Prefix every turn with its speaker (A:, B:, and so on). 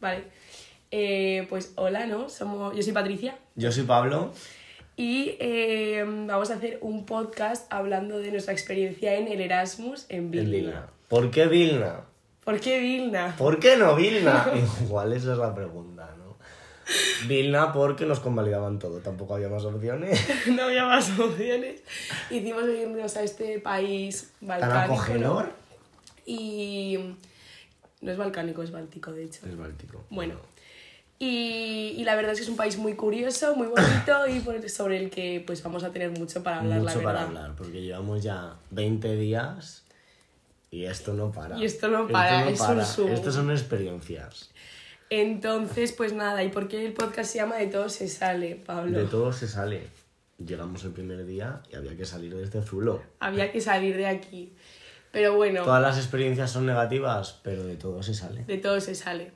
A: Vale. Eh, pues hola, ¿no? Somos... Yo soy Patricia
B: Yo soy Pablo.
A: y eh, vamos a hacer un podcast hablando de nuestra experiencia en el Erasmus en
B: de
A: Vilna.
B: ¿Por qué Vilna?
A: ¿Por qué Vilna?
B: ¿Por qué no Vilna? Igual esa es la pregunta, ¿no? Vilna porque nos convalidaban todo, tampoco había más opciones.
A: no había más opciones. Hicimos irnos a este país
B: Tan
A: balcánico. ¿no?
B: acogedor.
A: Y... No es balcánico, es báltico, de hecho.
B: Es báltico.
A: Bueno, y, y la verdad es que es un país muy curioso, muy bonito y por- sobre el que pues vamos a tener mucho para hablar, la
B: Mucho
A: verdad.
B: para hablar, porque llevamos ya 20 días y esto no para.
A: Y esto no para, es un sub.
B: Estas son experiencias.
A: Entonces, pues nada, ¿y por qué el podcast se llama De todo se sale, Pablo?
B: De todo se sale. Llegamos el primer día y había que salir de este zulo.
A: Había que salir de aquí. Pero bueno,
B: Todas las experiencias son negativas, pero de todo se sale.
A: de todo se sale.